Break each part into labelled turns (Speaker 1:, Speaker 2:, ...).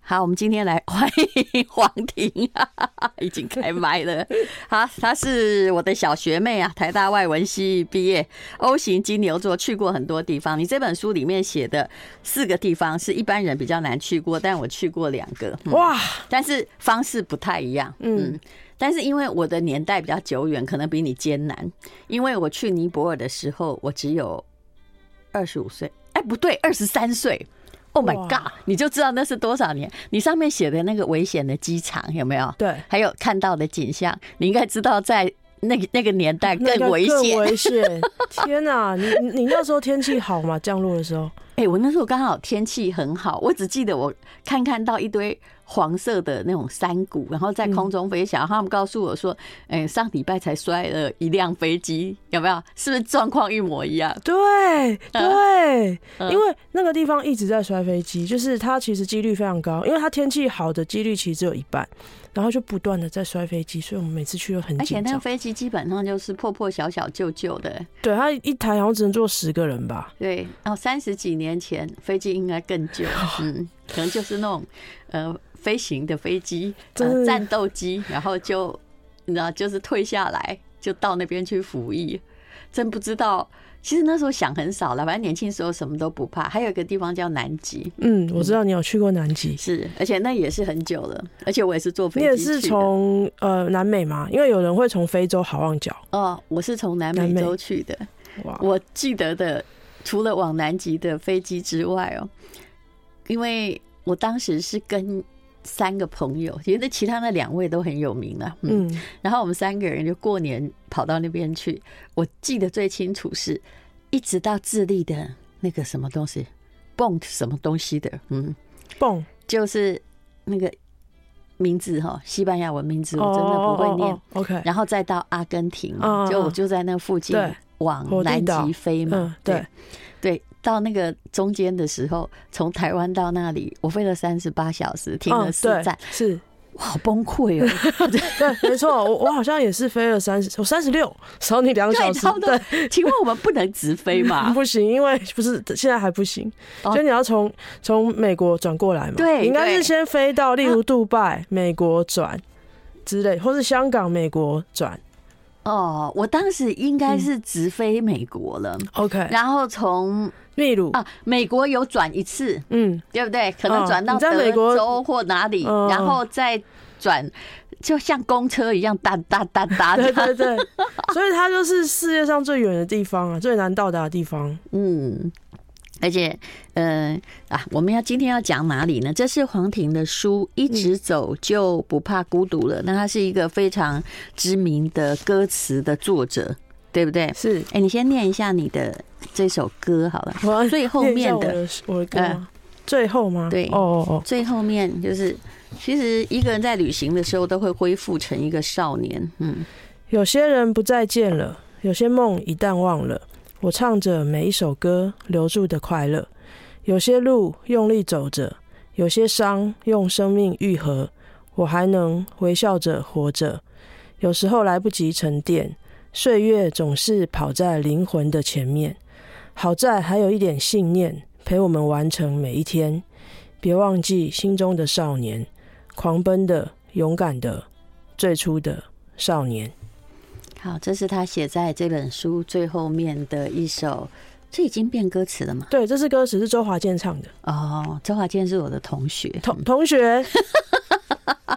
Speaker 1: 好，我们今天来欢迎黄婷、啊，已经开麦了。好，她是我的小学妹啊，台大外文系毕业，O 型金牛座，去过很多地方。你这本书里面写的四个地方是一般人比较难去过，但我去过两个。嗯
Speaker 2: 哇，
Speaker 1: 但是方式不太一样。嗯，但是因为我的年代比较久远，可能比你艰难。因为我去尼泊尔的时候，我只有二十五岁，哎，不对，二十三岁。Oh my
Speaker 2: 哇
Speaker 1: god！你就知道那是多少年。你上面写的那个危险的机场有没有？
Speaker 2: 对
Speaker 1: 还有看到的景象，你应该知道在那个那个年代
Speaker 2: 那
Speaker 1: 更
Speaker 2: 个
Speaker 1: 危
Speaker 2: 更
Speaker 1: 险。
Speaker 2: 危险！天哪、你你你那时候天气好吗？降落的时候，
Speaker 1: 哎、我那时候刚好天气很好，我只记得我看看到一堆黄色的那种山谷，然后在
Speaker 2: 嗯
Speaker 1: 空中飞翔。然后他们告诉我说，哎、上礼拜才摔了一辆飞机，有没有？是不是状况一模一样？
Speaker 2: 对对，
Speaker 1: 嗯
Speaker 2: 因为那个地方一直在摔飞机，就是它其实几率非常高，因为它天气好的几率其实只有一半，然后就不断的在摔飞机，所以我们每次去都很
Speaker 1: 而且
Speaker 2: 紧
Speaker 1: 那个
Speaker 2: 张。
Speaker 1: 飞机基本上就是破破小小、旧旧的。
Speaker 2: 对，它一台好像只能坐十个人吧？
Speaker 1: 对，哦，三十几年前飞机应该更 旧，嗯，可能就是那种呃飞行的飞机，
Speaker 2: 真
Speaker 1: 呃
Speaker 2: 的
Speaker 1: 战斗机，然后就你知道就是退下来，就到那边去服役，真不知道。其实那时候想很少了，反正年轻时候什么都不怕。还有一个地方叫南极，
Speaker 2: 嗯，我知道你有去过南极，
Speaker 1: 是，而且那也是很久了，而且我也是坐嗯飞
Speaker 2: 你
Speaker 1: 机
Speaker 2: 也是
Speaker 1: 去的。
Speaker 2: 从呃南美吗？因为有人会从非洲好望角，
Speaker 1: 哦，我是从南美
Speaker 2: 南美
Speaker 1: 洲去的。
Speaker 2: 哇，
Speaker 1: 我记得的，除了往南极的飞机之外哦，因为我当时是跟三个朋友，其实那其他那两位都很有名了，嗯，
Speaker 2: 嗯，
Speaker 1: 然后我们三个人就过年跑到那边去。我记得最清楚是，一直到智利的那个什么东西，蹦什么东西的，嗯，
Speaker 2: 蹦，
Speaker 1: 就是那个名字哈，西班牙文名字
Speaker 2: 我
Speaker 1: 我真的不会念。
Speaker 2: 哦，OK，
Speaker 1: 然后再到阿根廷嘛，
Speaker 2: 哎嗯嗯
Speaker 1: 就我就在那附近
Speaker 2: 对
Speaker 1: 往
Speaker 2: 火地
Speaker 1: 南
Speaker 2: 岛
Speaker 1: 极飞嘛，
Speaker 2: 嗯，对，
Speaker 1: 对，到那个中间的时候，从台湾到那里，我飞了三十八小时，停了
Speaker 2: 嗯
Speaker 1: 四
Speaker 2: 对
Speaker 1: 站，
Speaker 2: 是。
Speaker 1: 哇，好崩溃 哦！
Speaker 2: 对，没错，我我好像也是飞了三十，我三十六，少你两个小
Speaker 1: 对，
Speaker 2: 时嗯
Speaker 1: 差不。多。请问我们不能直飞吗？
Speaker 2: 不行，因为不是现在还不行，
Speaker 1: 哦
Speaker 2: 就你要从从美国转过来嘛。
Speaker 1: 对
Speaker 2: 你应该
Speaker 1: 对啊
Speaker 2: 是先飞到例如杜拜、美国转之类，或是香港、美国转。
Speaker 1: 哦，我当时应该是直飞美国了，
Speaker 2: OK，
Speaker 1: 然后从
Speaker 2: 秘鲁，
Speaker 1: 啊美国有转一次，
Speaker 2: 嗯，
Speaker 1: 对不对？可能
Speaker 2: 嗯
Speaker 1: 转到
Speaker 2: 你在美国
Speaker 1: 德州或哪里，
Speaker 2: 嗯
Speaker 1: 然后再转，就像公车一样哒哒哒哒
Speaker 2: 对
Speaker 1: 的。
Speaker 2: 对对，所以它就是世界上最远的地方啊，最难到达的地方。
Speaker 1: 嗯，而且，嗯、啊，我们要今天要讲哪里呢？这是黄婷的书《一直走就不怕孤独了》，那他是一个非常知名的歌词的作者，对不对？
Speaker 2: 是
Speaker 1: 哎、你先念一下你的这首歌好了，
Speaker 2: 我要
Speaker 1: 最后
Speaker 2: 念
Speaker 1: 面
Speaker 2: 一下我
Speaker 1: 的嗯
Speaker 2: 的我的歌吗？最后吗？
Speaker 1: 对
Speaker 2: 哦哦哦，
Speaker 1: 最后面就是。其实一个人在旅行的时候都会恢复成一个少年，嗯，
Speaker 2: 有些人不再见了，有些梦一旦忘了。我唱着每一首歌留住的快乐，有些路用力走着，有些伤用生命愈合，我还能微笑着活着。有时候来不及沉淀，岁月总是跑在灵魂的前面。好在还有一点信念陪我们完成每一天。别忘记心中的少年，狂奔的、勇敢的、最初的少年。
Speaker 1: 好，这是他写在这本书最后面的一首，这已经变歌词了吗？
Speaker 2: 对，这是歌词是周华健唱的。
Speaker 1: 哦，周华健是我的同学，
Speaker 2: 同同学，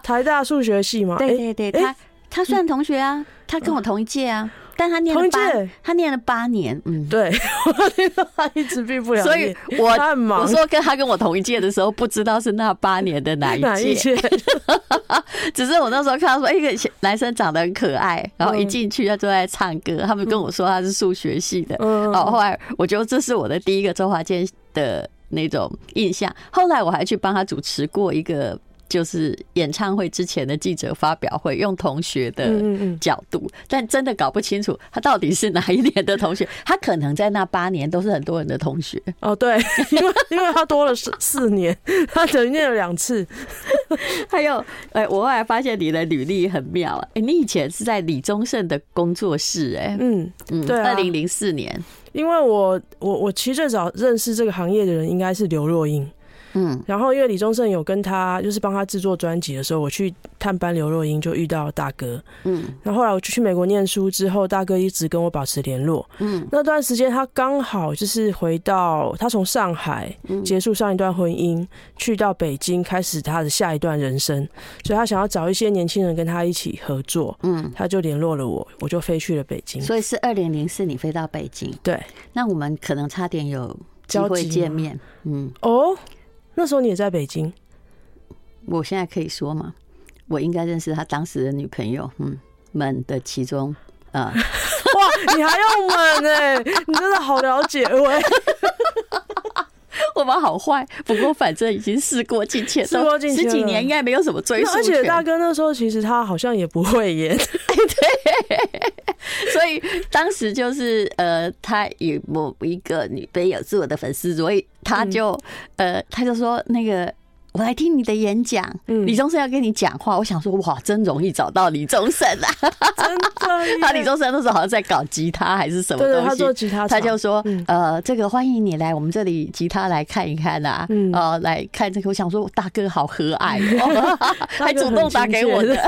Speaker 2: 台大数学系嘛，
Speaker 1: 对
Speaker 2: 啊诶
Speaker 1: 对对，
Speaker 2: 诶嗯
Speaker 1: 他他算同学啊，他跟我同一届啊，但他念了
Speaker 2: 同一
Speaker 1: 八
Speaker 2: 届，
Speaker 1: 他念了八年，嗯，
Speaker 2: 对， 我听到他一直毕不了业，
Speaker 1: 所以我
Speaker 2: 啊他很忙
Speaker 1: 我。说跟他跟我同一届的时候，不知道是那八年的哪
Speaker 2: 哪
Speaker 1: 一
Speaker 2: 一
Speaker 1: 届，
Speaker 2: 届？
Speaker 1: 只是我那时候看到说，哎，一个男生长得很可爱，然后一
Speaker 2: 嗯
Speaker 1: 进去他就在唱歌，他们跟我说他是数学系的，
Speaker 2: 嗯，
Speaker 1: 哦，后来我觉得这是我的第一个周华健的那种印象。后来我还去帮他主持过一个就是演唱会之前的记者发表会，用同学的
Speaker 2: 嗯嗯嗯
Speaker 1: 角度，但真的搞不清楚他到底是哪一年的同学。他可能在那八年都是很多人的同学，
Speaker 2: 哦，对，因为因为他多了四四年，他等于念了两次。
Speaker 1: 还有，哎、我后来发现你的履历很妙、哎、你以前是在李宗盛的工作室、哎，
Speaker 2: 嗯，
Speaker 1: 嗯，
Speaker 2: 对啊
Speaker 1: 二零零四年，
Speaker 2: 因为我我我其实最早认识这个行业的人应该是刘若英，
Speaker 1: 嗯
Speaker 2: 然后因为李宗盛有跟他就是帮他制作专辑的时候，我去探班刘若英就遇到大哥。
Speaker 1: 嗯
Speaker 2: 然后后来我就去美国念书之后，大哥一直跟我保持联络。
Speaker 1: 嗯
Speaker 2: 那段时间他刚好就是回到他从上海
Speaker 1: 嗯
Speaker 2: 结束上一段婚姻，去到北京开始他的下一段人生，所以他想要找一些年轻人跟他一起合作，
Speaker 1: 嗯，
Speaker 2: 他就联络了我，我就飞去了北京。
Speaker 1: 所以是二零零四你飞到北京，
Speaker 2: 对，
Speaker 1: 那我们可能差点有机会见面。嗯，
Speaker 2: 哦，那时候你也在北京，
Speaker 1: 我现在可以说吗？我应该认识他当时的女朋友，嗯，们的其中，呃，
Speaker 2: 哇，你还用吻哎、你真的好了解喂，
Speaker 1: 我们好坏，不过反正已经事过境迁，
Speaker 2: 事过境迁
Speaker 1: 十
Speaker 2: 了
Speaker 1: 几年应该没有什么追溯
Speaker 2: 而且大
Speaker 1: 权，
Speaker 2: 哥那时候其实他好像也不会演，
Speaker 1: 所以当时就是呃，他与某一个女朋友是我的粉丝，所以他就、呃，他就说那个。我来听你的演讲，
Speaker 2: 嗯
Speaker 1: 李宗盛要跟你讲话，我想说哇，真容易找到李宗盛 啊！
Speaker 2: 真的 耶，
Speaker 1: 他李宗盛那时候好像在搞吉他还是什么
Speaker 2: 对对，
Speaker 1: 东
Speaker 2: 他
Speaker 1: 西
Speaker 2: 做，吉他
Speaker 1: 他
Speaker 2: 厂，
Speaker 1: 就说
Speaker 2: 嗯：“
Speaker 1: 呃，这个欢迎你来我们这里吉他来看一看啊，
Speaker 2: 嗯
Speaker 1: 呃，来看这个。”我想说，大哥好和蔼哦， 还
Speaker 2: 大哥
Speaker 1: 主
Speaker 2: 很
Speaker 1: 动打
Speaker 2: 亲
Speaker 1: 给
Speaker 2: 切
Speaker 1: 我的。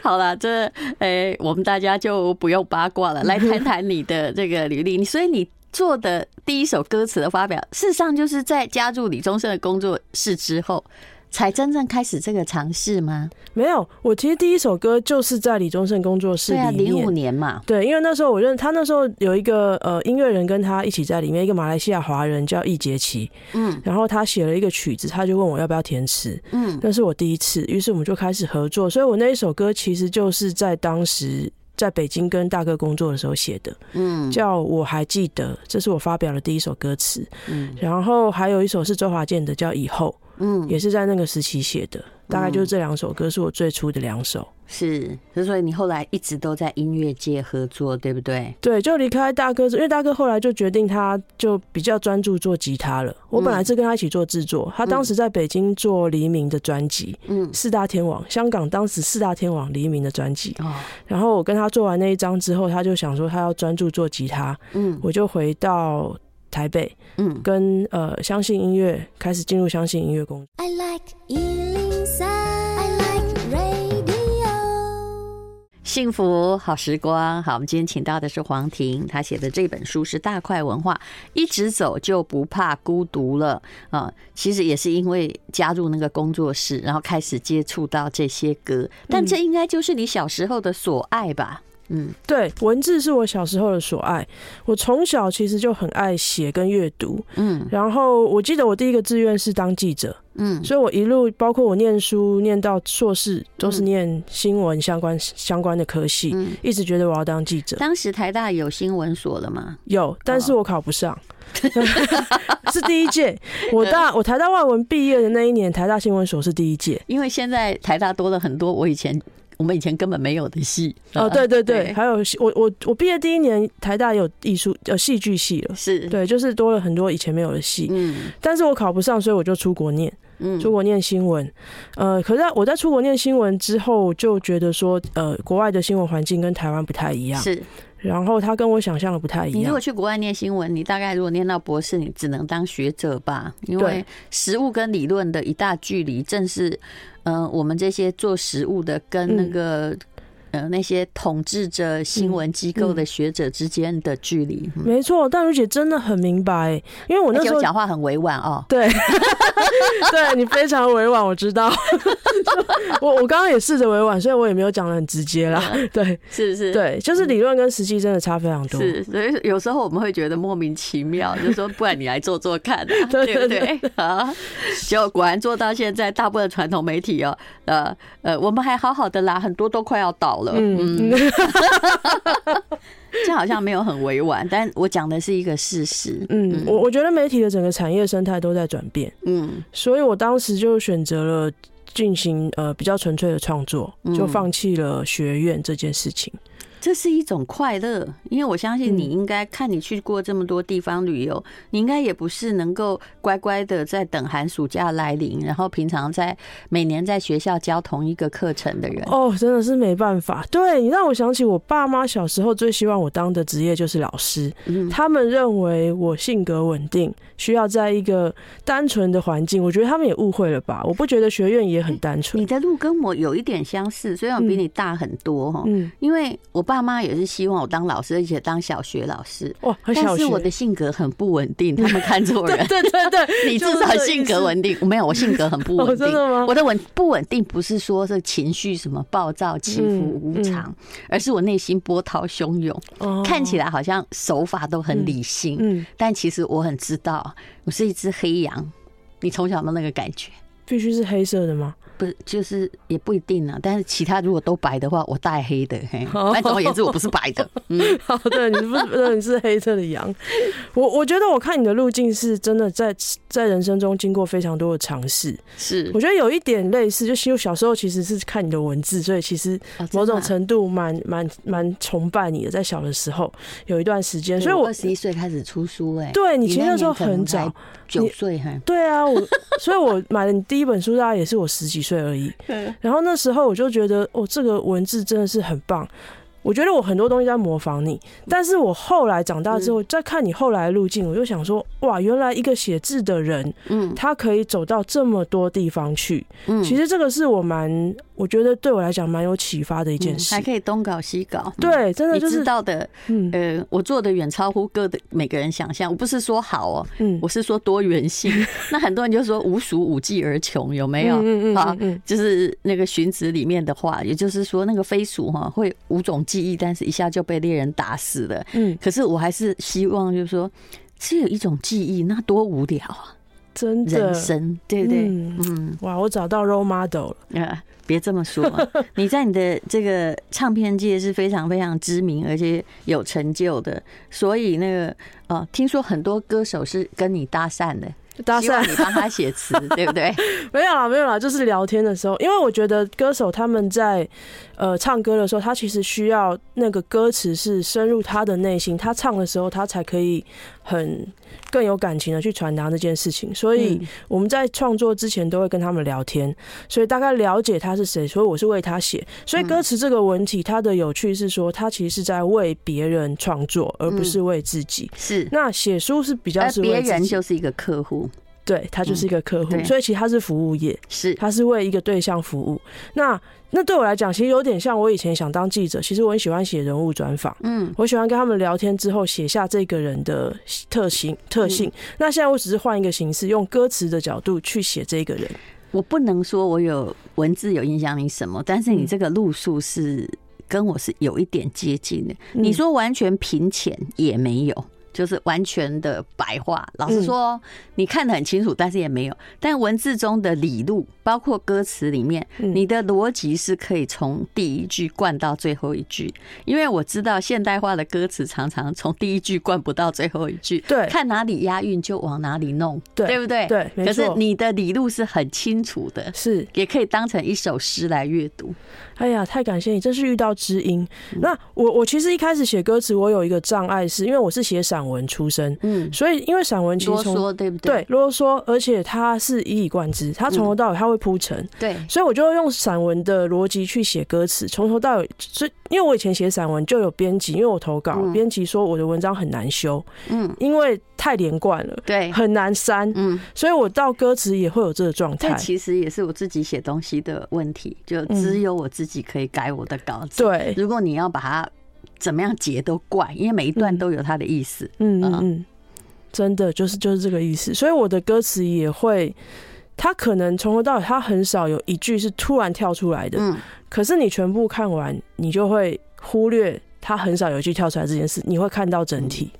Speaker 1: 好了，这诶、我们大家就不用八卦了， 来谈谈你的这个履历。所以你做的第一首歌词的发表，事实上就是在加入李宗盛的工作室之后，才真正开始这个尝试吗？
Speaker 2: 没有，我其实第一首歌就是在李宗盛工作室
Speaker 1: 对啊，
Speaker 2: 里面。
Speaker 1: 零五年嘛，
Speaker 2: 对，因为那时候我认他那时候有一个呃音乐人跟他一起在里面，一个马来西亚华人叫易杰奇，
Speaker 1: 嗯
Speaker 2: 然后他写了一个曲子，他就问我要不要填词，
Speaker 1: 嗯
Speaker 2: 那是我第一次，于是我们就开始合作，所以我那一首歌其实就是在当时在北京跟大哥工作的时候写的，
Speaker 1: 嗯
Speaker 2: 叫我还记得，这是我发表的第一首歌词，
Speaker 1: 嗯
Speaker 2: 然后还有一首是周华健的叫以后，
Speaker 1: 嗯，
Speaker 2: 也是在那个时期写的，大概就是这两首歌是我最初的两
Speaker 1: 嗯
Speaker 2: 首。
Speaker 1: 是，所以你后来一直都在音乐界合作，对不对？
Speaker 2: 对，就离开大哥之，因为大哥后来就决定，他就比较专注做吉他了。我本来是跟他一起做制作，他当时在北京做黎明的专辑
Speaker 1: 嗯
Speaker 2: 《四大天王》，香港当时四大天王黎明的专辑。
Speaker 1: 哦，
Speaker 2: 然后我跟他做完那一张之后，他就想说他要专注做吉他，
Speaker 1: 嗯
Speaker 2: 我就回到台北，
Speaker 1: 嗯，
Speaker 2: 跟呃相信音乐开始进入相信音乐工作。
Speaker 3: I like Ealing Sound. I like radio.
Speaker 1: 幸福好时光。好，我们今天请到的是黄婷，她写的这本书是大块文化，一直走就不怕孤独了啊、其实也是因为加入那个工作室，然后开始接触到这些歌，但
Speaker 2: 嗯
Speaker 1: 这应该就是你小时候的所爱吧？嗯
Speaker 2: 对，文字是我小时候的所爱，我从小其实就很爱写跟阅读。
Speaker 1: 嗯
Speaker 2: 然后我记得我第一个志愿是当记者。
Speaker 1: 嗯
Speaker 2: 所以我一路包括我念书念到硕士，都是念新闻相关相关的科系，
Speaker 1: 嗯。
Speaker 2: 一直觉得我要当记者。
Speaker 1: 当时台大有新闻所了吗？
Speaker 2: 有，但是我考 不上，是第一届。我大我台大外文毕业的那一年，台大新闻所是第一届。
Speaker 1: 因为现在台大多了很多我以前我们以前根本没有的戏。
Speaker 2: 哦，
Speaker 1: 呃
Speaker 2: 对对对，，还有我我我毕业第一年，台大有艺术呃戏剧系了。
Speaker 1: 是，
Speaker 2: 对，就是多了很多以前没有的戏，
Speaker 1: 嗯
Speaker 2: 但是我考不上，所以我就出国念。
Speaker 1: 嗯
Speaker 2: 出国念新闻，呃，可是在我在出国念新闻之后，就觉得说，呃，国外的新闻环境跟台湾不太一样，
Speaker 1: 是
Speaker 2: 然后它跟我想象的不太一
Speaker 1: 你如
Speaker 2: 样
Speaker 1: 果。去国外念新闻，你大概如果念到博士，你只能当学者吧，因为
Speaker 2: 对
Speaker 1: 实物跟理论的一大距离，正是嗯、呃我们这些做实物的跟那
Speaker 2: 嗯嗯
Speaker 1: 个、呃那些统治着新闻机构的学者之间的距离。嗯
Speaker 2: 没错，但如姐真的很明白，因为我
Speaker 1: 而
Speaker 2: 那
Speaker 1: 且
Speaker 2: 时
Speaker 1: 我
Speaker 2: 候
Speaker 1: 讲话很委婉哦，
Speaker 2: 对， 对你非常委婉，我知道。 我我刚刚也试着委婉，所以我也没有讲的很直接啦。
Speaker 1: 嗯
Speaker 2: 对
Speaker 1: 是不是？
Speaker 2: 对，就是理论跟实际真的差非常
Speaker 1: 嗯
Speaker 2: 多。
Speaker 1: 是，所以有时候我们会觉得莫名其妙，就说不然你来做做看、啊，
Speaker 2: 对
Speaker 1: 对不
Speaker 2: 对
Speaker 1: 对？啊，结果果然做到现在，大部分传统媒体哦，呃呃，我们还好好的啦，很多都快要倒了，嗯，
Speaker 2: 嗯，
Speaker 1: 这好像没有很委婉，但我讲的是一个事实，
Speaker 2: 嗯，我我觉得媒体的整个产业生态都在转变。
Speaker 1: 嗯
Speaker 2: 所以我当时就选择了进行呃比较纯粹的创作
Speaker 1: 嗯，
Speaker 2: 就放弃了学院这件事情。
Speaker 1: 这是一种快乐，因为我相信你
Speaker 2: 嗯
Speaker 1: 应该看你去过这么多地方旅游，你应该也不是能够乖乖的在等寒暑假来临，然后平常在每年在学校教同一个课程的人。
Speaker 2: 哦，真的是没办法。对你让我想起我爸妈小时候最希望我当的职业就是老师，
Speaker 1: 嗯，
Speaker 2: 他们认为我性格稳定，需要在一个单纯的环境。我觉得他们也误会了吧？我不觉得学院也很单纯
Speaker 1: 你。的路跟我有一点相似，虽然我比
Speaker 2: 嗯
Speaker 1: 你大很多哈，
Speaker 2: 嗯，
Speaker 1: 因为我爸妈也是希望我当老师，而且当小学老师。
Speaker 2: 哇，很小
Speaker 1: 但
Speaker 2: 学
Speaker 1: 是我的性格很不稳 定，他们看错人。
Speaker 2: 对对 对，
Speaker 1: 你至
Speaker 2: 就是
Speaker 1: 少
Speaker 2: 这个
Speaker 1: 性
Speaker 2: 意
Speaker 1: 格
Speaker 2: 思
Speaker 1: 稳定，没有我性格很不
Speaker 2: 哦
Speaker 1: 稳定
Speaker 2: 真。的吗？
Speaker 1: 我的稳不稳定不是说是情绪什么暴躁、起伏
Speaker 2: 嗯
Speaker 1: 无
Speaker 2: 嗯
Speaker 1: 常，而是我内心波涛汹涌。
Speaker 2: 哦
Speaker 1: 看起来好像手法都很理性，
Speaker 2: 嗯，
Speaker 1: 但其实我很知道，我是一只黑羊。你从小有没有那个感觉？
Speaker 2: 必须是黑色的 吗？
Speaker 1: 不是，就是也不一定啊。但是其他如果都白的话，我带黑的，嘿
Speaker 2: 哦，
Speaker 1: 但总而言之，我不是白的。嗯，
Speaker 2: 好的，你是不是哦对你是黑色的 羊？我我觉得我看你的路径是真的在在人生中经过非常多的尝试。
Speaker 1: 是
Speaker 2: 我觉得有一点类似，就是因为小时候其实是看你的文字，所以其实
Speaker 1: 哦
Speaker 2: 某种程度蛮蛮蛮崇拜你的。在小的时候有一段时间，所以我
Speaker 1: 啊二十一岁开始出书、哎，
Speaker 2: 对你其实
Speaker 1: 那
Speaker 2: 那时候
Speaker 1: 年可能
Speaker 2: 很
Speaker 1: 才
Speaker 2: 早，
Speaker 1: 九
Speaker 2: 你
Speaker 1: 岁，嘿，
Speaker 2: 对啊，我所以，我买的你第一本书大概也是我十几岁而已。
Speaker 1: 嗯
Speaker 2: 然后那时候我就觉得，哦，这个文字真的是很棒。我觉得我很多东西在模仿你，
Speaker 1: 嗯
Speaker 2: 但是我后来长大之后，再看你后来的路径，我就想说，哇，原来一个写字的人，
Speaker 1: 嗯
Speaker 2: 他可以走到这么多地方去。
Speaker 1: 嗯，
Speaker 2: 其
Speaker 1: 实
Speaker 2: 实这个是我蛮，我觉得对我来讲蛮有启发的一件
Speaker 1: 嗯
Speaker 2: 事
Speaker 1: 还。可以东搞西搞，嗯。
Speaker 2: 对，啊真的
Speaker 1: 你
Speaker 2: 就
Speaker 1: 知
Speaker 2: 是，
Speaker 1: 道的，
Speaker 2: 嗯
Speaker 1: 呃，我做的远超乎各的每个人想象。我不是说好哦，
Speaker 2: 嗯，
Speaker 1: 我是说多元 性。那很多人就说无鼠无技而穷，有没有？啊
Speaker 2: 嗯嗯
Speaker 1: 好
Speaker 2: 嗯嗯，
Speaker 1: 就是那个荀子里面的话，也就是说，那个飞鼠哈会五种技艺，但是一下就被猎人打死了。
Speaker 2: 嗯，
Speaker 1: 可是我还是希望，就是说，只有一种技艺，那多无聊啊！
Speaker 2: 真的
Speaker 1: 人，生，对不对？
Speaker 2: 嗯
Speaker 1: 嗯，
Speaker 2: 哇，我找到 role model 了，
Speaker 1: 呃，别这么说， 你在你的这个唱片界是非常非常知名，而且有成就的。所以那个呃，听说很多歌手是跟你搭讪的，
Speaker 2: 搭
Speaker 1: 希望
Speaker 2: 讪。
Speaker 1: 你帮他写词，对不对？
Speaker 2: 没有啦，没有啦，就是聊天的时候，因为我觉得歌手他们在呃唱歌的时候，他其实需要那个歌词是深入他的内心，他唱的时候他才可以很更有感情的去传达这件事情。 所以
Speaker 1: 嗯
Speaker 2: 我们在创作之前都会跟他们聊天，所以大概了解他是谁，所以我是为他写。所以
Speaker 1: 嗯
Speaker 2: 歌词这个文体，它的有趣是说，它其实是在为别人创作，而不是为自己。
Speaker 1: 是。
Speaker 2: 那写书是比
Speaker 1: 嗯
Speaker 2: 较
Speaker 1: 而
Speaker 2: 是
Speaker 1: 别
Speaker 2: 为自
Speaker 1: 人
Speaker 2: 己，
Speaker 1: 就是一个客户，
Speaker 2: 对他就是一个客户，
Speaker 1: 对
Speaker 2: 所以其实他是服务业。
Speaker 1: 是
Speaker 2: 它是为一个对象服务。那那对我来讲，其实有点像我以前想当记者，其实我很喜欢写人物专访。
Speaker 1: 嗯，
Speaker 2: 我喜欢跟他们聊天之后写下这个人的特
Speaker 1: 嗯
Speaker 2: 性特性。那现在我只是换一个形式，用歌词的角度去写这个人。
Speaker 1: 我不能说我有文字有影响你什么，但是
Speaker 2: 嗯
Speaker 1: 你这个路数是跟我是有一点接近的。
Speaker 2: 嗯
Speaker 1: 你说完全贫浅也没有，就是完全的白话。老实说
Speaker 2: 嗯
Speaker 1: 哦，你看得很清楚，但是也没有。但文字中的理路，包括歌词里面，
Speaker 2: 嗯
Speaker 1: 你的逻辑是可以从第一句灌到最后一句，因为我知道现代化的歌词常常从第一句灌不到最后一句，
Speaker 2: 对
Speaker 1: 看哪里押韵就往哪里弄，
Speaker 2: 对
Speaker 1: 不对？
Speaker 2: 对，没
Speaker 1: 可是
Speaker 2: 错，
Speaker 1: 你的理路是很清楚的，
Speaker 2: 是。
Speaker 1: 也可以当成一首诗来阅读。
Speaker 2: 哎呀，太感谢你，真是遇到知音。
Speaker 1: 嗯
Speaker 2: 那我我其实一开始写歌词，我有一个障碍是，因为我是写散文出身，
Speaker 1: 嗯，
Speaker 2: 所以因为散文其
Speaker 1: 多
Speaker 2: 实从
Speaker 1: 说对不
Speaker 2: 对
Speaker 1: 对？嗯
Speaker 2: 啰嗦，而且它是一以贯之，它从头到尾它会铺陈。
Speaker 1: 对
Speaker 2: 所以我就用散文的逻辑去写歌词，从头到尾。所以因为我以前写散文就有编辑，因为我投稿
Speaker 1: 嗯，
Speaker 2: 编辑、说我的文章很难修，
Speaker 1: 嗯，
Speaker 2: 因为太连贯了，
Speaker 1: 对，
Speaker 2: 很难删，
Speaker 1: 嗯，
Speaker 2: 所以我到歌词也会有这个状
Speaker 1: 这
Speaker 2: 态。
Speaker 1: 其实也是我自己写东西的问题，就只有我自己可以改我的稿子。
Speaker 2: 对，
Speaker 1: 如果你要把它怎么样解都怪，因为每一段
Speaker 2: 嗯
Speaker 1: 都有它的意思。
Speaker 2: 嗯
Speaker 1: 嗯
Speaker 2: 嗯嗯，真的就是就是这个意思。所以我的歌词也会。它可能从头到尾，它很少有一句是突然跳出来的。
Speaker 1: 嗯，
Speaker 2: 可是你全部看
Speaker 1: 嗯
Speaker 2: 完，你就会忽略它很少有一句跳出来这件事，你会看到整体。
Speaker 1: 不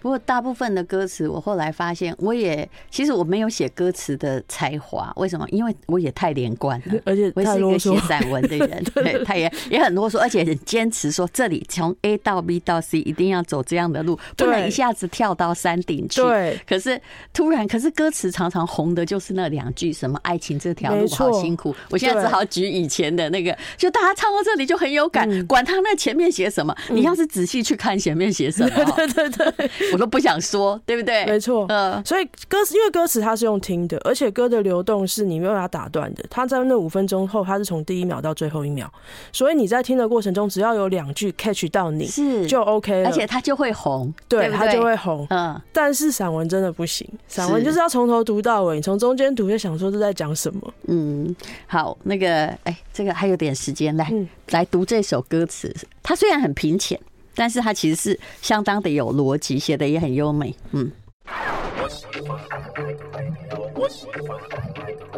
Speaker 1: 不过大部分的歌词，我后来发现，我也其实我没有写歌词的才华，为什么？因为我也太连贯 了。
Speaker 2: 而且
Speaker 1: 我也
Speaker 2: 太
Speaker 1: 是一
Speaker 2: 啰
Speaker 1: 个
Speaker 2: 嗦
Speaker 1: 写。散文的 人，对，他也也很啰嗦，而且很坚持说这里从 A 到 B 到 C 一定要走这样的路，不能
Speaker 2: 对
Speaker 1: 一下子跳到山顶去。
Speaker 2: 对，
Speaker 1: 可是突然，可是歌词常常红的就是那两句什么“爱情这条
Speaker 2: 没
Speaker 1: 路
Speaker 2: 错
Speaker 1: 好辛苦”，我现在
Speaker 2: 对
Speaker 1: 只好举以前的那个，就大家唱到这里就很有感，
Speaker 2: 嗯
Speaker 1: 管他那前面写什么，你要是仔细去看前面写什么，
Speaker 2: 对对对，
Speaker 1: 我都不想说，对不对？
Speaker 2: 没错。
Speaker 1: 呃，
Speaker 2: 所以歌词，因为歌词它是用听的，而且歌的流动是你没有把它打断的。它在那五分钟后，它是从第一秒到最后一秒，所以你在听的过程中，只要有两句 catch 到你
Speaker 1: 是
Speaker 2: 就 OK 了。
Speaker 1: 而且他就会红，
Speaker 2: 对
Speaker 1: 不
Speaker 2: 它就会红。
Speaker 1: 嗯，
Speaker 2: 但是散文真的不行，散文
Speaker 1: 是
Speaker 2: 就是要从头读到尾，你从中间读就想说这在讲什么。
Speaker 1: 嗯，好，那个，哎，这个还有点时间，来、
Speaker 2: 嗯
Speaker 1: 来读这首歌词。它虽然很平浅，但是它其实是相当的有逻辑，写的也很优美。嗯，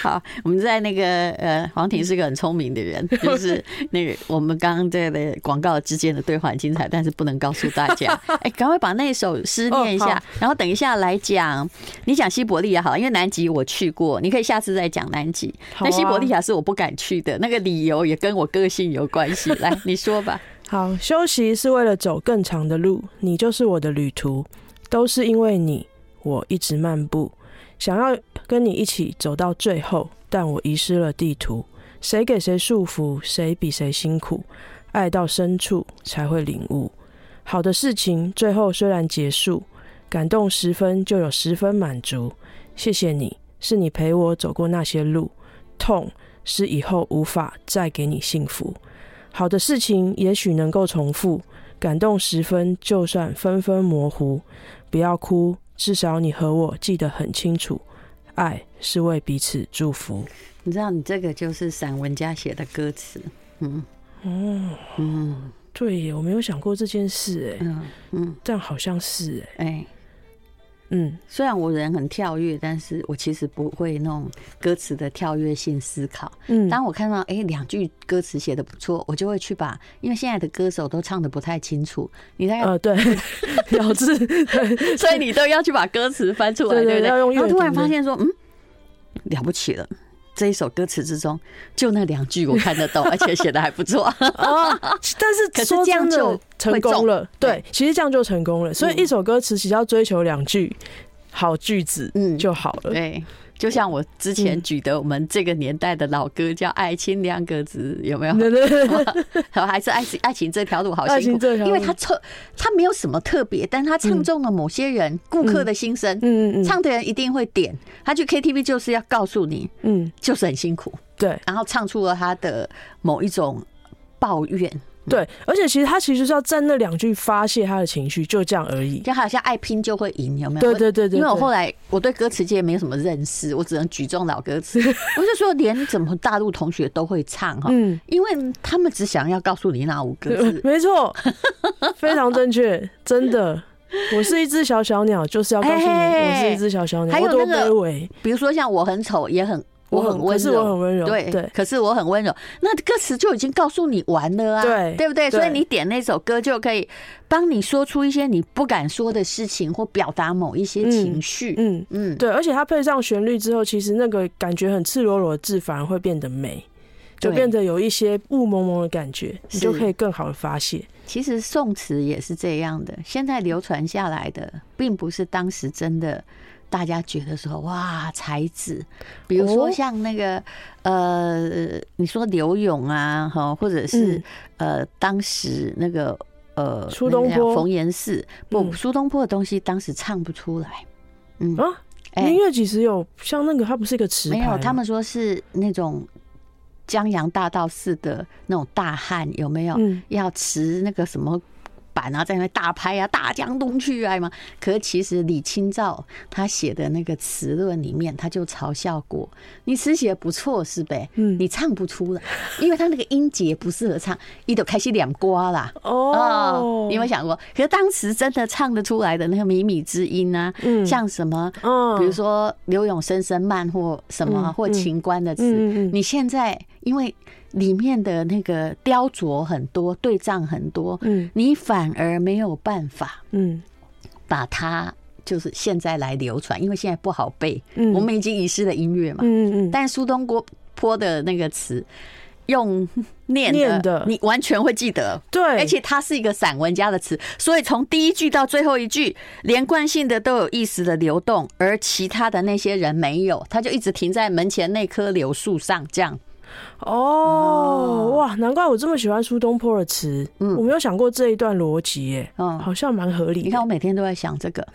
Speaker 1: 好，我们在那个呃，黄婷是个很聪明的人，就是那个我们刚刚在的广告之间的对话很精彩，但是不能告诉大家。哎，赶快把那首诗念一
Speaker 2: 哦
Speaker 1: 下
Speaker 2: 好，
Speaker 1: 然后等一下来讲。你讲西伯利亚好了，因为南极我去过，你可以下次再讲南极。
Speaker 2: 好啊
Speaker 1: 那西伯利亚是我不敢去的，那个理由也跟我个性有关 系。来，你说吧。
Speaker 2: 好，休息是为了走更长的路，你就是我的旅途，都是因为你，我一直漫步，想要跟你一起走到最后，但我遗失了地图，谁给谁束缚，谁比谁辛苦，爱到深处才会领悟，好的事情最后虽然结束，感动十分就有十分满足，谢谢你，是你陪我走过那些路，痛是以后无法再给你幸福。好的事情也许能够重复，感动十分，就算纷纷模糊，不要哭，至少你和我记得很清楚，爱是为彼此祝福。
Speaker 1: 你知道，你这个就是散文家写的歌词。嗯
Speaker 2: 哦，
Speaker 1: 嗯
Speaker 2: 对耶，我没有想过这件事，哎，
Speaker 1: 嗯嗯，
Speaker 2: 但好像是哎，
Speaker 1: 哎、
Speaker 2: 嗯，
Speaker 1: 虽然我人很跳跃，但是我其实不会那种歌词的跳跃性思考。
Speaker 2: 嗯，
Speaker 1: 当我看到哎两、句歌词写的不错，我就会去把，因为现在的歌手都唱的不太清楚，你大概
Speaker 2: 呃，对，咬字，对
Speaker 1: 所以你都要去把歌词翻出来，
Speaker 2: 对
Speaker 1: 对不
Speaker 2: 对
Speaker 1: 对？
Speaker 2: 要用阅
Speaker 1: 然
Speaker 2: 读
Speaker 1: 后
Speaker 2: 的
Speaker 1: 突然发现说，嗯，了不起了。这一首歌词之中，就那两句我看得 懂，而且写的还不错。
Speaker 2: 哦，但
Speaker 1: 可是
Speaker 2: 是说
Speaker 1: 这样
Speaker 2: 真的
Speaker 1: 就
Speaker 2: 成
Speaker 1: 会
Speaker 2: 功
Speaker 1: 中
Speaker 2: 了，对
Speaker 1: 对，
Speaker 2: 其实这样就成功了。所以
Speaker 1: 嗯
Speaker 2: 一首歌词其实要追求两句好句子，
Speaker 1: 嗯
Speaker 2: 就好 了。
Speaker 1: 对，就像我之前举的我们这个年代的老歌叫《爱情两个字》，有没有？
Speaker 2: 对对 对，
Speaker 1: 好，还是爱情爱情这条路好
Speaker 2: 嗯爱
Speaker 1: 辛
Speaker 2: 情
Speaker 1: 苦，
Speaker 2: 这条
Speaker 1: 因为
Speaker 2: 路
Speaker 1: 他唱他没有什么特别，但他唱中了某些人顾客的心声，
Speaker 2: 嗯嗯嗯，
Speaker 1: 唱的人一定会点。他去 KTV 就是要告诉你，
Speaker 2: 嗯，
Speaker 1: 就是很辛苦，
Speaker 2: 对
Speaker 1: 然后唱出了他的某一种抱怨，
Speaker 2: 对，而且其实他其实就是要站那两句发泄他的情绪，就这样而已。
Speaker 1: 就好像爱拼就会赢，有没有？
Speaker 2: 对对对对，
Speaker 1: 因为我后
Speaker 2: 来
Speaker 1: 来我对歌词界没有什么认识，我只能举重老歌 词。我就说，连怎么大陆同学都会唱哈，
Speaker 2: 嗯，
Speaker 1: 因为他们只想要告诉你那五个字。
Speaker 2: 没错，非常正确，真的。我是一只小小鸟，就是要告诉你，我
Speaker 1: 哎
Speaker 2: 是一只小小鸟，
Speaker 1: 还有
Speaker 2: 我多
Speaker 1: 那
Speaker 2: 卑
Speaker 1: 个
Speaker 2: 微，
Speaker 1: 比如说像我很丑，也很我很温
Speaker 2: 可是我很
Speaker 1: 柔。
Speaker 2: 温柔，
Speaker 1: 对
Speaker 2: 对，
Speaker 1: 可是我很温柔，那歌词就已经告诉你完了啊，
Speaker 2: 对
Speaker 1: 对不对？
Speaker 2: 对
Speaker 1: 所以你点那首歌就可以帮你说出一些你不敢说的事情，或表达某一些情绪。
Speaker 2: 嗯，
Speaker 1: 嗯，
Speaker 2: 对，而且它配上旋律之后，其实那个感觉很赤裸裸的字反而会变得美，就
Speaker 1: 对
Speaker 2: 变得有一些雾蒙蒙的感觉，你就是可以更好的发泄。
Speaker 1: 其实宋词也是这样的，现在流传下来的，并不是当时真的大家觉得说哇才子，比如说
Speaker 2: 哦
Speaker 1: 像那个、呃，你说刘勇啊，哈，或者是、呃，当时那个呃，
Speaker 2: 嗯
Speaker 1: 那
Speaker 2: 苏
Speaker 1: 个
Speaker 2: 东
Speaker 1: 叫
Speaker 2: 坡
Speaker 1: 冯延巳，不，
Speaker 2: 嗯
Speaker 1: 苏东坡的东西当时唱不出来，嗯
Speaker 2: 啊，
Speaker 1: 哎、
Speaker 2: 音乐其实有像那个，它不是一个词
Speaker 1: 没
Speaker 2: 牌
Speaker 1: 有，
Speaker 2: 吗
Speaker 1: 他们说是那种江洋大盗似的那种大汉，有没有？
Speaker 2: 嗯，
Speaker 1: 要持那个什么板啊，在那边大拍啊，大江东去啊嘛。可是其实李清照他写的那个词论里面，他就嘲笑过你词写得不错是呗，
Speaker 2: 嗯
Speaker 1: 你唱不出来，因为他那个音节不适合唱，一都开始两瓜啦。啊
Speaker 2: 哦，
Speaker 1: 你有没有想过？可是当时真的唱得出来的那个靡靡之音啊，
Speaker 2: 嗯
Speaker 1: 像什么，
Speaker 2: 嗯
Speaker 1: 比如说刘永生生慢或什么啊
Speaker 2: 嗯
Speaker 1: 或
Speaker 2: 嗯
Speaker 1: 秦观的词，
Speaker 2: 嗯嗯嗯
Speaker 1: 你现在因为里面的那个雕琢很多，对仗很多，
Speaker 2: 嗯
Speaker 1: 你反而没有办法
Speaker 2: 嗯
Speaker 1: 把它就是现在来流传，因为现在不好背，
Speaker 2: 嗯，
Speaker 1: 我们已经遗失了音乐嘛。
Speaker 2: 嗯嗯嗯
Speaker 1: 但苏东坡坡的那个词。用念的，
Speaker 2: 念的
Speaker 1: 你完全会记得，
Speaker 2: 对，
Speaker 1: 而且它是一个散文家的词，所以从第一句到最后一句，连贯性的都有意识的流动，而其他的那些人没有，他就一直停在门前那棵柳树上，这样。
Speaker 2: 哦哇，难怪我这么喜欢苏东坡的词，
Speaker 1: 嗯
Speaker 2: 我没有想过这一段逻辑耶，
Speaker 1: 嗯，
Speaker 2: 好像蛮合理的。
Speaker 1: 你看我每天都在想 这个，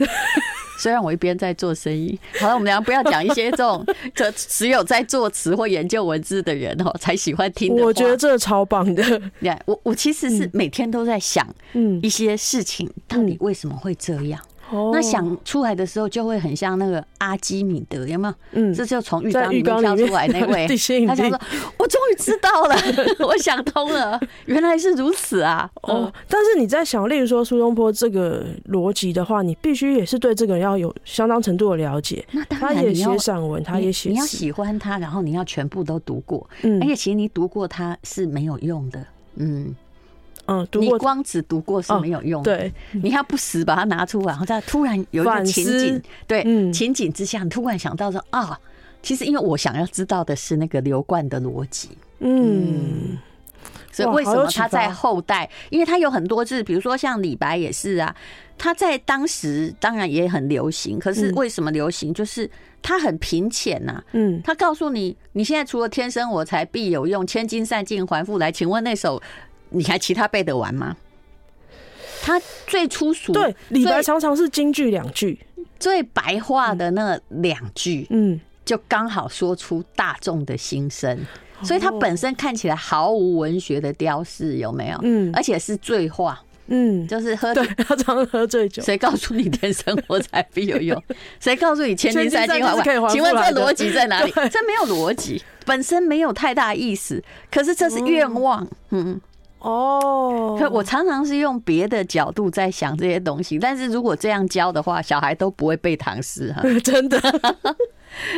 Speaker 1: 虽然我一边在做生意。好了，我们俩不要讲一些这种这只有在做词或研究文字的人哦才喜欢听的话。
Speaker 2: 我觉得嗯这超棒 的，
Speaker 1: 你看，我我其实是每天都在想
Speaker 2: 嗯，
Speaker 1: 一些事情，到底为什么会这样？
Speaker 2: 哦
Speaker 1: 那想出来的时候，就会很像那个阿基米德，有没有？
Speaker 2: 嗯
Speaker 1: 这就从浴
Speaker 2: 在
Speaker 1: 缸
Speaker 2: 浴
Speaker 1: 里面
Speaker 2: 缸里
Speaker 1: 跳
Speaker 2: 面
Speaker 1: 出来那 位
Speaker 2: 地，心引
Speaker 1: 他想
Speaker 2: 力
Speaker 1: 说：“我终于知道 了，我想通了，原来是如此啊！”
Speaker 2: 哦
Speaker 1: 哦，，
Speaker 2: 但是你在想，例如说苏东坡这个逻辑的话，你必须也是对这个人要有相当程度的了解。
Speaker 1: 那当
Speaker 2: 他
Speaker 1: 然
Speaker 2: 也
Speaker 1: 你要
Speaker 2: 写散文，他
Speaker 1: 你
Speaker 2: 也写
Speaker 1: 你要
Speaker 2: 诗，
Speaker 1: 喜欢他，然后你要全部都读过，
Speaker 2: 嗯
Speaker 1: 而且其实你读过它是没有用的，嗯，
Speaker 2: 嗯，读
Speaker 1: 你
Speaker 2: 过哦
Speaker 1: 光只读过是没有用的，
Speaker 2: 对，
Speaker 1: 你要不时把它拿出来，然后再突然有一个
Speaker 2: 反
Speaker 1: 情
Speaker 2: 思
Speaker 1: 景，对，
Speaker 2: 嗯
Speaker 1: 情景之下，你突然想到说啊。其实，因为我想要知道的是那个刘冠的逻辑，
Speaker 2: 嗯
Speaker 1: 所以
Speaker 2: 哇
Speaker 1: 为什
Speaker 2: 好有
Speaker 1: 么
Speaker 2: 启
Speaker 1: 他在
Speaker 2: 发
Speaker 1: 后代？因为他有很多字，比如说像李白也是啊，他在当时当然也很流行，可是
Speaker 2: 嗯
Speaker 1: 为什么流行？就是他很贫浅呐、
Speaker 2: 嗯，
Speaker 1: 他告诉你，你现在除了天生我材必有用，千金散尽还复来。请问那首你还其他背得完吗？他最粗俗、
Speaker 2: 对，李白
Speaker 1: 最
Speaker 2: 常常是京剧两句，
Speaker 1: 最白话的那两句，
Speaker 2: 嗯，
Speaker 1: 就刚好说出大众的心声，
Speaker 2: 哦
Speaker 1: 所以他本身看起来毫无文学的雕饰，有没有？
Speaker 2: 嗯
Speaker 1: 而且是醉话，
Speaker 2: 嗯，
Speaker 1: 就是喝
Speaker 2: 对， 他常常喝醉酒，
Speaker 1: 谁告诉你天生我材必有 用？谁告诉你千金散尽还
Speaker 2: 千金散尽是可以还
Speaker 1: 还？
Speaker 2: 复
Speaker 1: 请问
Speaker 2: 来的
Speaker 1: 这逻辑在哪里？
Speaker 2: 对
Speaker 1: 这没有逻辑，本身没有太大意思。可是这是愿望，嗯。
Speaker 2: 哦，
Speaker 1: 可我常常是用别的角度在想这些东西，但是如果这样教的话，小孩都不会背唐诗 哈。
Speaker 2: 真的，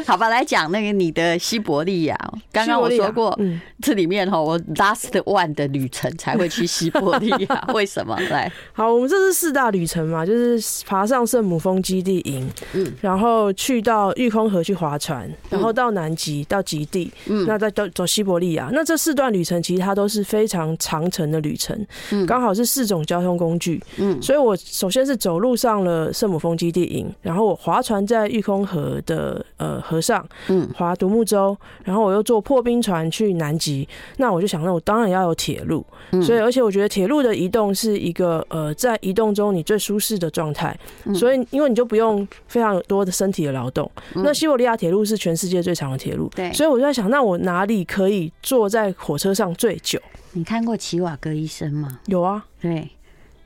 Speaker 1: 好吧，来讲那个你的西伯利亚哦， 刚刚我
Speaker 2: 西伯利亚
Speaker 1: 说过
Speaker 2: 嗯，
Speaker 1: 这里面哈，我 last one 的旅程才会去西伯利 亚，为什么？来，
Speaker 2: 好，我们这是四大旅程嘛，就是爬上圣母峰基地营，
Speaker 1: 嗯
Speaker 2: 然后去到玉空河去划船，然后到南极到极地，
Speaker 1: 嗯
Speaker 2: 那再走走西伯利亚。那这四段旅程其实它都是非常长程的旅程，
Speaker 1: 嗯
Speaker 2: 刚好是四种交通工具，
Speaker 1: 嗯
Speaker 2: 所以我首先是走路上了圣母峰基地营，然后我划船在玉空河的呃河上，
Speaker 1: 嗯
Speaker 2: 划独木舟，然后我又坐破冰船去南极。那我就想，那我当然要有铁路，
Speaker 1: 嗯
Speaker 2: 所以而且我觉得铁路的移动是一个呃，在移动中你最舒适的状态，
Speaker 1: 嗯
Speaker 2: 所以因为你就不用非常多的身体的劳动。那西伯利亚铁路是全世界最长的铁路，
Speaker 1: 嗯对
Speaker 2: 所以我就在想，那我哪里可以坐在火车上最久？
Speaker 1: 你看过齐瓦格医生吗？
Speaker 2: 有啊，
Speaker 1: 对，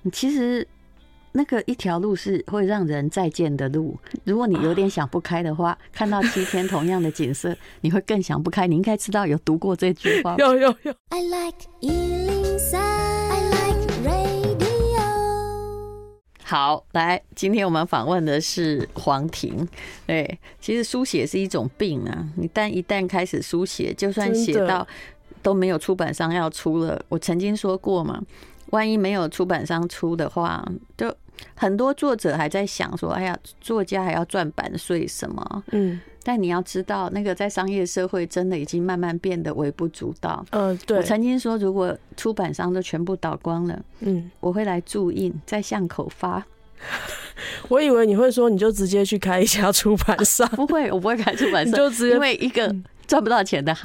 Speaker 1: 你其实那个一条路是会让人再见的路。如果你有点想不开的话，看到七天同样的景色，你会更想不开。你应该知道有读过这句话吧。
Speaker 2: 有有有，
Speaker 3: I like Ealing Sound. I like radio.
Speaker 1: 好，来，今天我们访问的是黄婷。对，其实书写是一种病啊，你但一旦开始书写，就算
Speaker 2: 真
Speaker 1: 写
Speaker 2: 的
Speaker 1: 到都没有出版商要出了，我曾经说过嘛，万一没有出版商出的话，就很多作者还在想说，哎呀，作家还要赚版税什么？
Speaker 2: 嗯
Speaker 1: 但你要知道，那个在商业社会真的已经慢慢变得微不足道。
Speaker 2: 呃，
Speaker 1: 我
Speaker 2: 对，
Speaker 1: 曾经说，如果出版商都全部倒光了，
Speaker 2: 嗯，
Speaker 1: 我会来注印，在巷口发。
Speaker 2: 我以为你会说，你就直接去开一家出版社，
Speaker 1: 不会，我不会开出版
Speaker 2: 你
Speaker 1: 社，
Speaker 2: 就直接嗯
Speaker 1: 因为一个赚不到钱的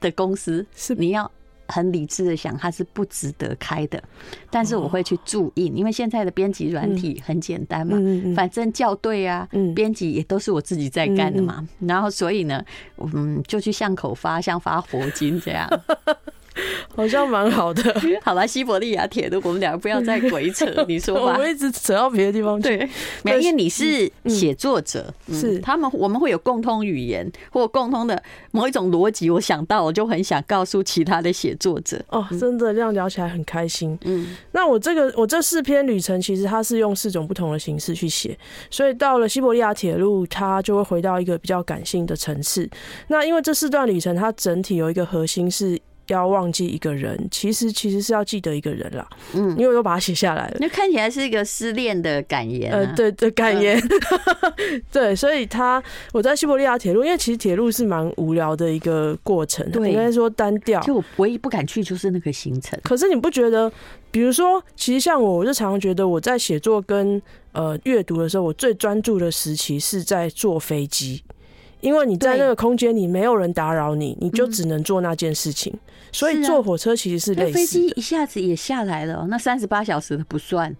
Speaker 1: 的公司，
Speaker 2: 是
Speaker 1: 你要很理智的想，它是不值得开的。但是我会
Speaker 2: 哦
Speaker 1: 去注印，因为现在的编辑软体很简单嘛，
Speaker 2: 嗯嗯嗯
Speaker 1: 反正校对啊
Speaker 2: 嗯，
Speaker 1: 编辑也都是我自己在干的嘛。然后所以呢，嗯，就去巷口发，像发佛经这 样。
Speaker 2: 好像蛮好的。
Speaker 1: 好了，西伯利亚铁路，我们俩不要再鬼 扯，你说
Speaker 2: 我
Speaker 1: 吧。
Speaker 2: 们一直扯到别的地 方去。
Speaker 1: 对，没有，因为你是
Speaker 2: 嗯
Speaker 1: 写作者，嗯
Speaker 2: 是
Speaker 1: 他们我们会有共通语言或共通的某一种逻辑。我想到，我就很想告诉其他的写作者，
Speaker 2: 哦，真的这样聊起来很开心。
Speaker 1: 嗯
Speaker 2: 那我这个我这四篇旅程，其实它是用四种不同的形式去写，所以到了西伯利亚铁路，它就会回到一个比较感性的层次。那因为这四段旅程，它整体有一个核心是要忘记一个人，其实其实是要记得一个人啦，
Speaker 1: 嗯，
Speaker 2: 因为我都把它写下来了。
Speaker 1: 那看起来是一个失恋的感言、啊。
Speaker 2: 呃，对对，感
Speaker 1: 嗯
Speaker 2: 言， 对，所以他我在西伯利亚铁路，因为其实铁路是蛮无聊的一个过程，啊
Speaker 1: 对
Speaker 2: 应该说单调。
Speaker 1: 就我唯一不敢去就是那个行程。
Speaker 2: 可是你不觉得，比如说，其实像我，我就常常觉得我在写作跟呃阅读的时候，我最专注的时期是在坐飞机，因为你在
Speaker 1: 对
Speaker 2: 那个空间里没有人打扰你，你就
Speaker 1: 嗯
Speaker 2: 只能做那件事情，所
Speaker 1: 是
Speaker 2: 以
Speaker 1: 啊
Speaker 2: 坐火车其实是
Speaker 1: 那
Speaker 2: 类
Speaker 1: 飞
Speaker 2: 似
Speaker 1: 机
Speaker 2: 的。
Speaker 1: 一下子也下来了哦、那三十八小时的不算。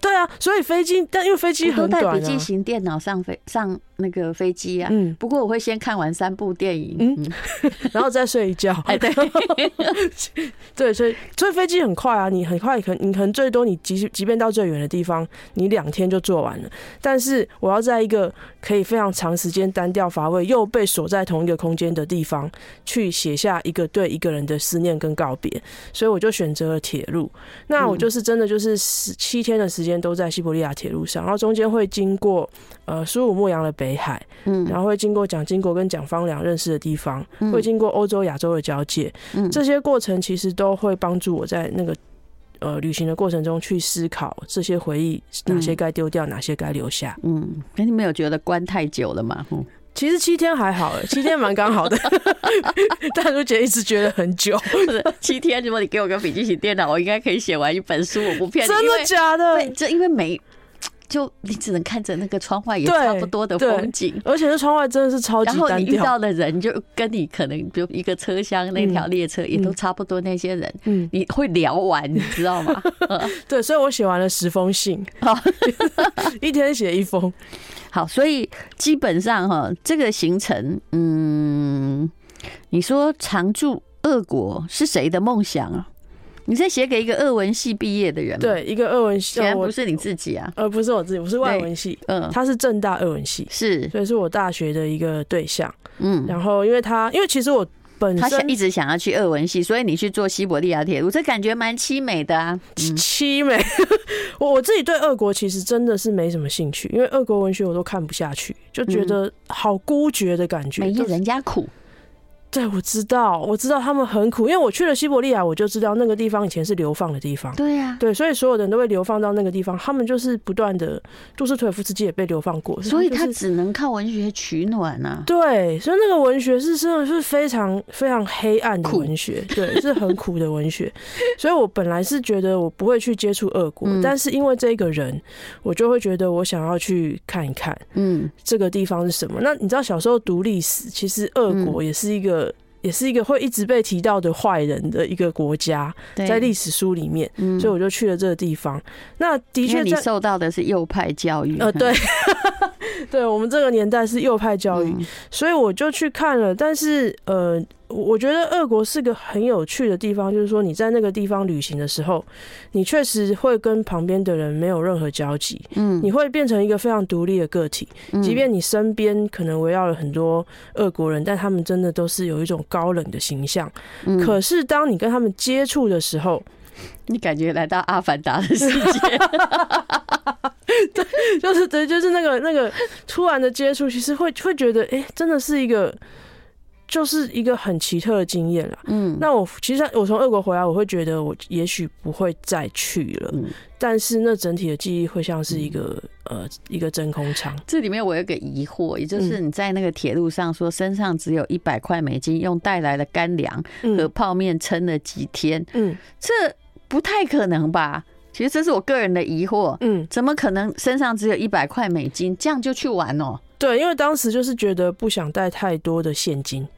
Speaker 2: 对啊，所以飞机，但因为飞机
Speaker 1: 我都
Speaker 2: 很
Speaker 1: 带笔
Speaker 2: 短
Speaker 1: 记
Speaker 2: 啊，
Speaker 1: 型电脑上飞上那个飞机啊。
Speaker 2: 嗯，
Speaker 1: 不过我会先看完三部电影。
Speaker 2: 嗯
Speaker 1: 嗯，
Speaker 2: 然后再睡一觉。
Speaker 1: 哎对
Speaker 2: 对，所以所以飞机很快啊，你很快可你可能最多你即即便到最远的地方，你两天就做完了。但是我要在一个可以非常长时间单调乏味又被锁在同一个空间的地方，去写下一个对一个人的思念跟告别，所以我就选择了铁路。
Speaker 1: 嗯
Speaker 2: 那我就是真的就是十七天的时间都在西伯利亚铁路上，然后中间会经过呃苏武牧羊的北海，
Speaker 1: 嗯
Speaker 2: 然后会经过蒋经国跟蒋方良认识的地方，
Speaker 1: 嗯
Speaker 2: 会经过欧洲、亚洲的交界，
Speaker 1: 嗯
Speaker 2: 这些过程其实都会帮助我在那个呃旅行的过程中去思考这些回忆，哪些该丢掉，哪些该留下。
Speaker 1: 嗯，可你没有觉得关太久了吗？嗯
Speaker 2: 其实七天还好，欸七天蛮刚 好的，但如姐一直觉得很久，
Speaker 1: 不是七天，如果你给我个笔记型电脑，我应该可以写完一本书，我不骗你。
Speaker 2: 真
Speaker 1: 因
Speaker 2: 的
Speaker 1: 为
Speaker 2: 假的
Speaker 1: 对，？这因为每就你只能看着那个窗外也
Speaker 2: 对
Speaker 1: 差不多的风景。
Speaker 2: 而且这窗外真的是超
Speaker 1: 然
Speaker 2: 级
Speaker 1: 后
Speaker 2: 单
Speaker 1: 你遇
Speaker 2: 调，
Speaker 1: 到的人就跟你可能就一个车厢那条列车也都差不多，那些人、
Speaker 2: 嗯，
Speaker 1: 你会聊完，你知道 吗？
Speaker 2: 对，所以我写完了十封信
Speaker 1: 好，
Speaker 2: 一天写一 封，
Speaker 1: 好，所以基本上哈，这个行程，嗯，你说常驻俄国是谁的梦想啊？你在写给一个俄文系毕业的人吗，
Speaker 2: 对，一个俄文系，
Speaker 1: 显然
Speaker 2: 呃我
Speaker 1: 不是你自己啊，
Speaker 2: 呃不是我自己，我是外
Speaker 1: 对
Speaker 2: 文系，
Speaker 1: 嗯，
Speaker 2: 他是正大俄文系，
Speaker 1: 是，
Speaker 2: 所以是我大学的一个对象。
Speaker 1: 嗯，
Speaker 2: 然后因为他，因为其实我本
Speaker 1: 他想
Speaker 2: 身
Speaker 1: 一直想要去俄文系，所以你去做西伯利亚铁路，这感觉蛮凄美的啊，嗯
Speaker 2: 凄美， 我我自己对俄国其实真的是没什么兴趣，因为俄国文学我都看不下去，就觉
Speaker 1: 嗯
Speaker 2: 得好孤绝的感觉。
Speaker 1: 没
Speaker 2: 都是
Speaker 1: 人家苦，
Speaker 2: 对，我知道，我知道他们很苦，因为我去了西伯利亚，我就知道那个地方以前是流放的地方。
Speaker 1: 对呀、
Speaker 2: 对，啊所以所有的人都被流放到那个地方，他们就是不断的，杜斯妥也夫斯基也被流放过，
Speaker 1: 啊所以
Speaker 2: 就
Speaker 1: 他
Speaker 2: 是
Speaker 1: 只能靠文学取暖啊，
Speaker 2: 对，所以那个文学是真的是非常非常黑暗的
Speaker 1: 苦
Speaker 2: 文学，对，是很苦的文学。 所以我本来是觉得我不会去接触俄国，
Speaker 1: 嗯
Speaker 2: 但是因为这个人，我就会觉得我想要去看一看
Speaker 1: 嗯，
Speaker 2: 这个地方是什么。那你知道小时候读历史，其实俄
Speaker 1: 嗯
Speaker 2: 国也是一个。也是一个会一直被提到的坏人的一个国家，
Speaker 1: 对
Speaker 2: 在历史书里面，
Speaker 1: 嗯
Speaker 2: 所以我就去了这个地方。那的
Speaker 1: 因
Speaker 2: 确
Speaker 1: 为你
Speaker 2: 在
Speaker 1: 受到的是右派教育，嗯
Speaker 2: 呃，对， 对我们这个年代是右派教育，
Speaker 1: 嗯
Speaker 2: 所以我就去看了。但是呃，我我觉得俄国是个很有趣的地方，就是说你在那个地方旅行的时候，你确实会跟旁边的人没有任何交集，
Speaker 1: 嗯，
Speaker 2: 你会变成一个非常独立的个体。
Speaker 1: 嗯
Speaker 2: 即便你身边可能围绕了很多俄国人，但他们真的都是有一种高冷的形象。
Speaker 1: 嗯
Speaker 2: 可是当你跟他们接触的时候，
Speaker 1: 你感觉来到阿凡达的世 界，
Speaker 2: 就是对，就是那个那个突然的接触，其实会会觉得，哎、真的是一个。就是一个很奇特的经验啦。
Speaker 1: 嗯，
Speaker 2: 那我其实我从俄国回来，我会觉得我也许不会再去了，
Speaker 1: 嗯
Speaker 2: 但是那整体的记忆会像是一个、呃一个真空舱。
Speaker 1: 这里面我有个疑惑，也就是
Speaker 2: 嗯
Speaker 1: 你在那个铁路上说身上只有一百块美金，用带来的干粮和
Speaker 2: 嗯
Speaker 1: 泡面撑了几天，
Speaker 2: 嗯
Speaker 1: 这不太可能吧？其实这是我个人的疑惑，
Speaker 2: 嗯，
Speaker 1: 怎么可能身上只有一百块美金，这样就去玩哦？
Speaker 2: 对，因为当时就是觉得不想带太多的现金，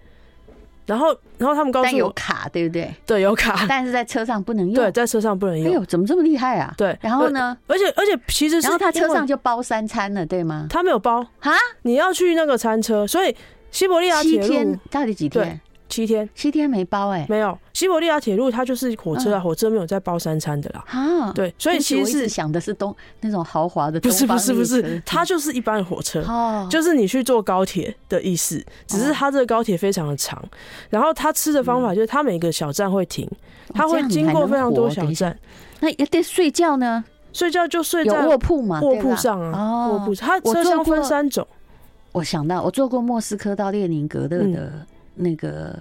Speaker 2: 然后然后他们告
Speaker 1: 但
Speaker 2: 诉
Speaker 1: 有
Speaker 2: 我，
Speaker 1: 卡，对不 对？
Speaker 2: 对，有卡，
Speaker 1: 但是在车上不能用
Speaker 2: 对，。在车上不能
Speaker 1: 哎
Speaker 2: 用，
Speaker 1: 呦，怎么这么厉害啊？
Speaker 2: 对。
Speaker 1: 然后呢？
Speaker 2: 而？而且而且其实是
Speaker 1: 然后他
Speaker 2: 因
Speaker 1: 车
Speaker 2: 为
Speaker 1: 上就包三餐了，对吗？
Speaker 2: 他没有包
Speaker 1: 哈，
Speaker 2: 你要去那个餐车，所以西伯利亚
Speaker 1: 七
Speaker 2: 铁路
Speaker 1: 天到底几天
Speaker 2: 对？七天
Speaker 1: 七天没包哎、
Speaker 2: 没有，西伯利亚铁路它就是火车
Speaker 1: 嗯
Speaker 2: 啊，火车没有在包三餐的啦。
Speaker 1: 啊，
Speaker 2: 对，所以
Speaker 1: 对不起我
Speaker 2: 其
Speaker 1: 一
Speaker 2: 实
Speaker 1: 直
Speaker 2: 是
Speaker 1: 想的是东那种豪华的
Speaker 2: 不
Speaker 1: 东
Speaker 2: 是
Speaker 1: 方
Speaker 2: 不
Speaker 1: 列车，
Speaker 2: 是不是，它就是一般的火车，
Speaker 1: 哦，
Speaker 2: 就是你去坐高铁的意思，只是它这个高铁非常的长，然后它吃的方法就是它每个小站会停，它
Speaker 1: 嗯哦这
Speaker 2: 会
Speaker 1: 样你
Speaker 2: 经
Speaker 1: 还
Speaker 2: 过
Speaker 1: 能
Speaker 2: 非常多
Speaker 1: 活
Speaker 2: 小
Speaker 1: 等一下
Speaker 2: 站，
Speaker 1: 那也得睡觉呢，
Speaker 2: 睡觉就睡
Speaker 1: 有
Speaker 2: 在
Speaker 1: 卧铺嘛，
Speaker 2: 卧
Speaker 1: 对
Speaker 2: 铺
Speaker 1: 吧
Speaker 2: 上啊，卧
Speaker 1: 哦
Speaker 2: 铺，它
Speaker 1: 我
Speaker 2: 车
Speaker 1: 坐
Speaker 2: 厢分
Speaker 1: 过
Speaker 2: 三种，
Speaker 1: 我想到我坐过莫斯科到列宁格勒的那个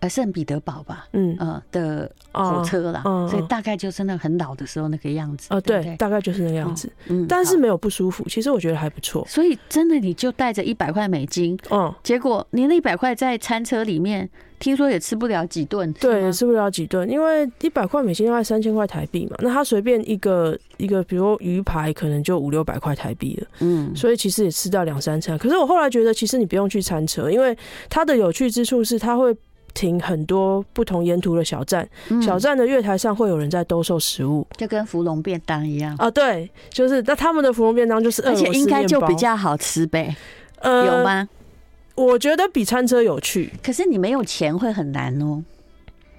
Speaker 1: 呃圣彼得堡吧，
Speaker 2: 嗯，
Speaker 1: 呃的
Speaker 2: 哦
Speaker 1: 火车啦，
Speaker 2: 嗯嗯
Speaker 1: 所以大概就是那很老的时候那个样子。
Speaker 2: 哦，
Speaker 1: 对不
Speaker 2: 对，，大概就是那个样子，
Speaker 1: 嗯
Speaker 2: 但是
Speaker 1: 好
Speaker 2: 没有不舒服，其实我觉得还不错。
Speaker 1: 所以真的你就带着一百块美金，
Speaker 2: 嗯，
Speaker 1: 结果你那一百块在餐车里面，听说也吃不了几顿，是
Speaker 2: 对，
Speaker 1: 吗
Speaker 2: 也吃不了几顿，因为一百块美金大概三千块台币嘛，那他随便一个一个，比如鱼排可能就五六百块台币了，
Speaker 1: 嗯，
Speaker 2: 所以其实也吃到两三餐。可是我后来觉得，其实你不用去餐车，因为它的有趣之处是它会。停很多不同沿途的小站，
Speaker 1: 嗯
Speaker 2: 小站的月台上会有人在兜售食物
Speaker 1: 就跟芙蓉便当一样，
Speaker 2: 啊，对，就是那他们的芙蓉便当就是俄
Speaker 1: 而
Speaker 2: 罗斯
Speaker 1: 且应该
Speaker 2: 面
Speaker 1: 就
Speaker 2: 包
Speaker 1: 比较好吃呗，
Speaker 2: 呃
Speaker 1: 有？吗？
Speaker 2: 我觉得比餐车有趣，
Speaker 1: 可是你没有钱会很难哦，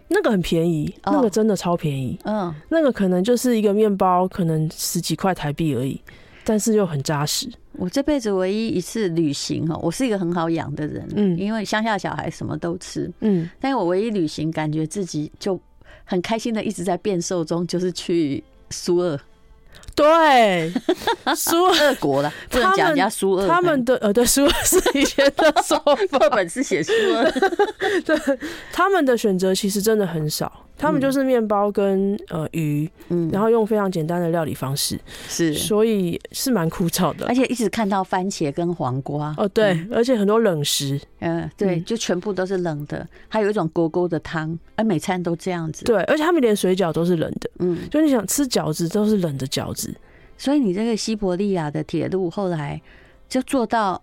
Speaker 2: 那个很便宜，
Speaker 1: 哦
Speaker 2: 那个真的超便宜。
Speaker 1: 嗯，
Speaker 2: 那个可能就是一个面包，可能十几块台币而已，但是又很扎实。
Speaker 1: 我这辈子唯一一次旅行哦，我是一个很好养的人，
Speaker 2: 嗯
Speaker 1: 因为乡下小孩什么都吃，
Speaker 2: 嗯，
Speaker 1: 但是我唯一旅行感觉自己就很开心的一直在变瘦中，就是去苏俄
Speaker 2: 对，苏
Speaker 1: 俄国了，不能
Speaker 2: 他
Speaker 1: 讲人
Speaker 2: 们
Speaker 1: 家苏俄，
Speaker 2: 他们的呃，对，苏是以前的 说
Speaker 1: 课
Speaker 2: 法，
Speaker 1: 本是写苏 俄，
Speaker 2: 他们的选择其实真的很少，他们就是面包跟呃鱼，
Speaker 1: 嗯，
Speaker 2: 然后用非常简单的料理方式，
Speaker 1: 是哎
Speaker 2: 所以是蛮枯燥的
Speaker 1: 而。且一直看到番茄跟黄瓜，
Speaker 2: 哦，对，而且很多冷食，
Speaker 1: 嗯，对，
Speaker 2: 嗯
Speaker 1: 就全部都是冷的，还有一种勾勾的汤，哎，每餐都这样子，，
Speaker 2: 对，而且他们连水饺都是冷的，
Speaker 1: 嗯，
Speaker 2: 就你想吃饺子都是冷的饺子，
Speaker 1: 所以你这个西伯利亚的铁路后来就坐到，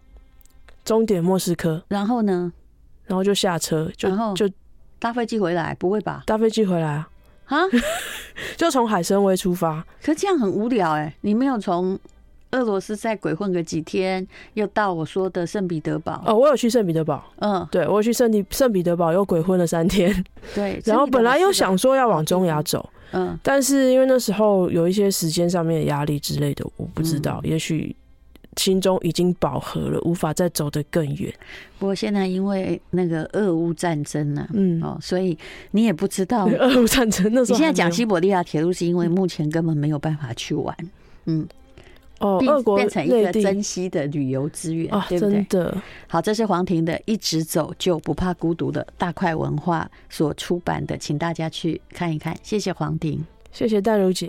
Speaker 2: 终点莫斯科，
Speaker 1: 然后呢，
Speaker 2: 然后就下车，就
Speaker 1: 然后
Speaker 2: 就
Speaker 1: 搭飞机回来，不会吧？
Speaker 2: 搭飞机回来啊。
Speaker 1: 啊，
Speaker 2: 就从海参崴出发，
Speaker 1: 可这样很无聊哎、你没有从俄罗斯再鬼混个几天，又到我说的圣彼得堡，
Speaker 2: 哦，我有去圣彼得堡，
Speaker 1: 嗯，
Speaker 2: 对我有去圣地圣彼得堡又鬼混了三天，
Speaker 1: 对，
Speaker 2: 然后本来又
Speaker 1: 圣
Speaker 2: 想说要往中亚走，
Speaker 1: 彼得堡是个，嗯，
Speaker 2: 但是因为那时候有一些时间上面的压力之类的，我不知
Speaker 1: 嗯
Speaker 2: 道，也许心中已经饱和了，无法再走得更远。
Speaker 1: 不过现在因为那个俄乌战争呢、
Speaker 2: 嗯，
Speaker 1: 哦，所以你也不知道
Speaker 2: 俄乌战争那
Speaker 1: 你
Speaker 2: 时候
Speaker 1: 现在
Speaker 2: 还没
Speaker 1: 讲
Speaker 2: 有
Speaker 1: 西伯利亚铁路，是因为目前根本没有办法去玩，
Speaker 2: 哦，
Speaker 1: 并
Speaker 2: 俄国
Speaker 1: 变成一个
Speaker 2: 内地
Speaker 1: 珍惜的旅游资源，
Speaker 2: 啊，
Speaker 1: 对不
Speaker 2: 真
Speaker 1: 对？
Speaker 2: 的，
Speaker 1: 好，这是黄婷的《一直走就不怕孤独》的大块文化所出版的，请大家去看一看。谢谢黄婷。
Speaker 2: 谢谢淡如姐。